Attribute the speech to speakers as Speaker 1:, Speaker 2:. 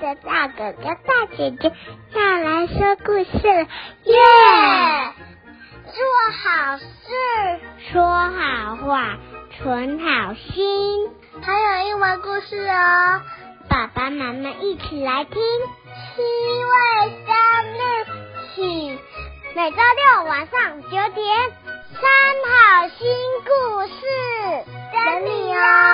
Speaker 1: 哥哥、大姐姐要来说故事了，耶！
Speaker 2: 做好事，
Speaker 1: 说好话，存好心，
Speaker 2: 还有英文故事哦。
Speaker 1: 爸爸妈妈一起来听。
Speaker 2: 七月三日起，每周六晚上九点，三好新故事等你哦。